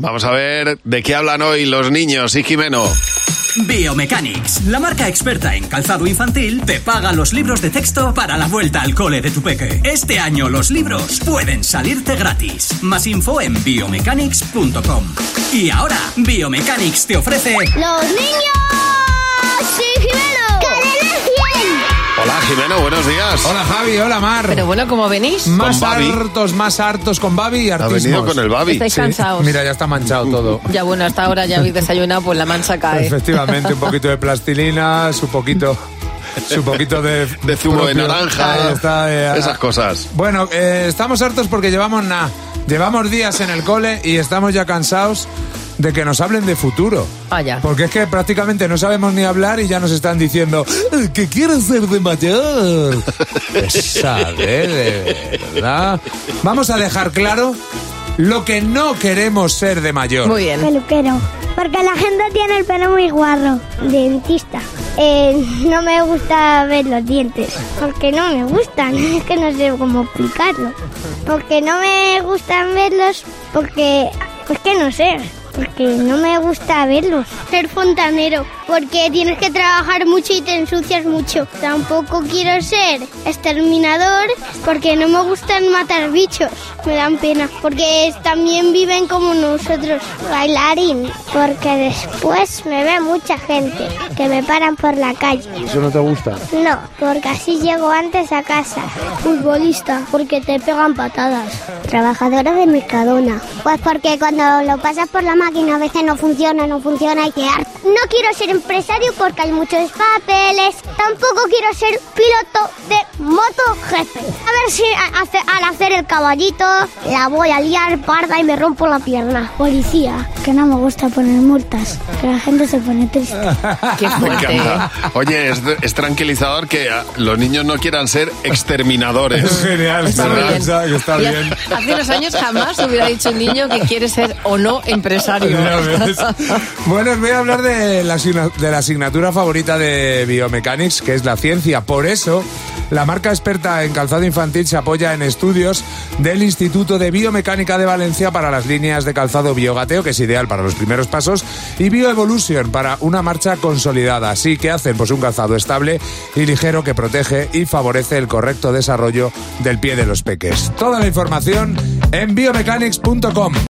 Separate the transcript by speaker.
Speaker 1: Vamos a ver de qué hablan hoy los niños y Jimeno.
Speaker 2: Biomechanics, la marca experta en calzado infantil, te paga los libros de texto para la vuelta al cole de tu peque. Este año los libros pueden salirte gratis. Más info en biomechanics.com. Y ahora, Biomechanics te ofrece...
Speaker 3: ¡Los niños! ¡Sí, Jimeno!
Speaker 1: Hola Jimeno, buenos días.
Speaker 4: Hola Javi, hola Mar.
Speaker 5: Pero bueno, como venís,
Speaker 4: más
Speaker 1: Con Babi.
Speaker 4: hartos, más hartos con Babi y
Speaker 1: Ha
Speaker 4: hartísimos.
Speaker 1: venido con el Babi.
Speaker 5: estáis
Speaker 4: Sí.
Speaker 5: cansados.
Speaker 4: Mira, ya está manchado todo.
Speaker 5: Ya bueno, hasta ahora ya habéis desayunado, pues la mancha cae.
Speaker 4: Efectivamente, un poquito de plastilina, su poquito, su poquito de...
Speaker 1: De zumo de
Speaker 4: propio.
Speaker 1: naranja,
Speaker 4: Ahí está, eh,
Speaker 1: esas cosas.
Speaker 4: Bueno, eh, estamos hartos porque llevamos nada. Llevamos días en el cole y estamos ya cansados de que nos hablen de futuro.
Speaker 5: Vaya.
Speaker 4: Porque es que prácticamente no sabemos ni hablar y ya nos están diciendo "Eh, que quieres ser de mayor. Sabe, de verdad. Vamos a dejar claro lo que no queremos ser de mayor.
Speaker 5: Muy bien.
Speaker 3: Peluquero. Porque la gente tiene el pelo muy guarro. Dentista. Eh, no me gusta ver los dientes. Porque no me gustan. Es que no sé cómo explicarlo. Porque no me gustan verlos. Porque. Es que no sé. Porque no me gusta verlos. Ser fontanero. Porque tienes que trabajar mucho y te ensucias mucho. Tampoco quiero ser exterminador. Porque no me gustan matar bichos. Me dan pena. Porque es- también viven como nosotros. Bailarín. Porque después me ve mucha gente. Que me paran por la calle.
Speaker 6: ¿Eso no te gusta?
Speaker 3: No, porque así llego antes a casa. Futbolista, porque te pegan patadas. Trabajadora de Mercadona. Pues porque cuando lo pasas por la máquina a veces no funciona, no funciona y quedar. No quiero ser empresario porque hay muchos papeles. Tampoco quiero ser piloto de moto jefe. A ver si a- hace- al hacer el caballito la voy a liar parda y me rompo la pierna. Policía, que no me gusta poner multas, que la gente se pone triste.
Speaker 5: Qué
Speaker 1: Me
Speaker 5: fuerte. ¿eh?
Speaker 1: encanta. Oye, es, es tranquilizador que ah, los niños no quieran ser exterminadores.
Speaker 4: Genial,
Speaker 5: Está muy
Speaker 4: ¿verdad?
Speaker 5: bien.
Speaker 4: Sabe que está
Speaker 5: Y hace-
Speaker 4: bien.
Speaker 5: Hace unos años jamás hubiera dicho un niño que quiere ser o no empresario.
Speaker 4: Ya ves. Bueno, os voy a hablar de la, asigna- de la asignatura favorita de Biomechanics, que es la ciencia. Por eso, la marca experta en calzado infantil se apoya en estudios del Instituto de Biomecánica de Valencia para las líneas de calzado biogateo, que es ideal para los primeros pasos, y bioevolution para una marcha consolidada. Así que hacen pues, un calzado estable y ligero que protege y favorece el correcto desarrollo del pie de los peques. Toda la información en biomechanics.com.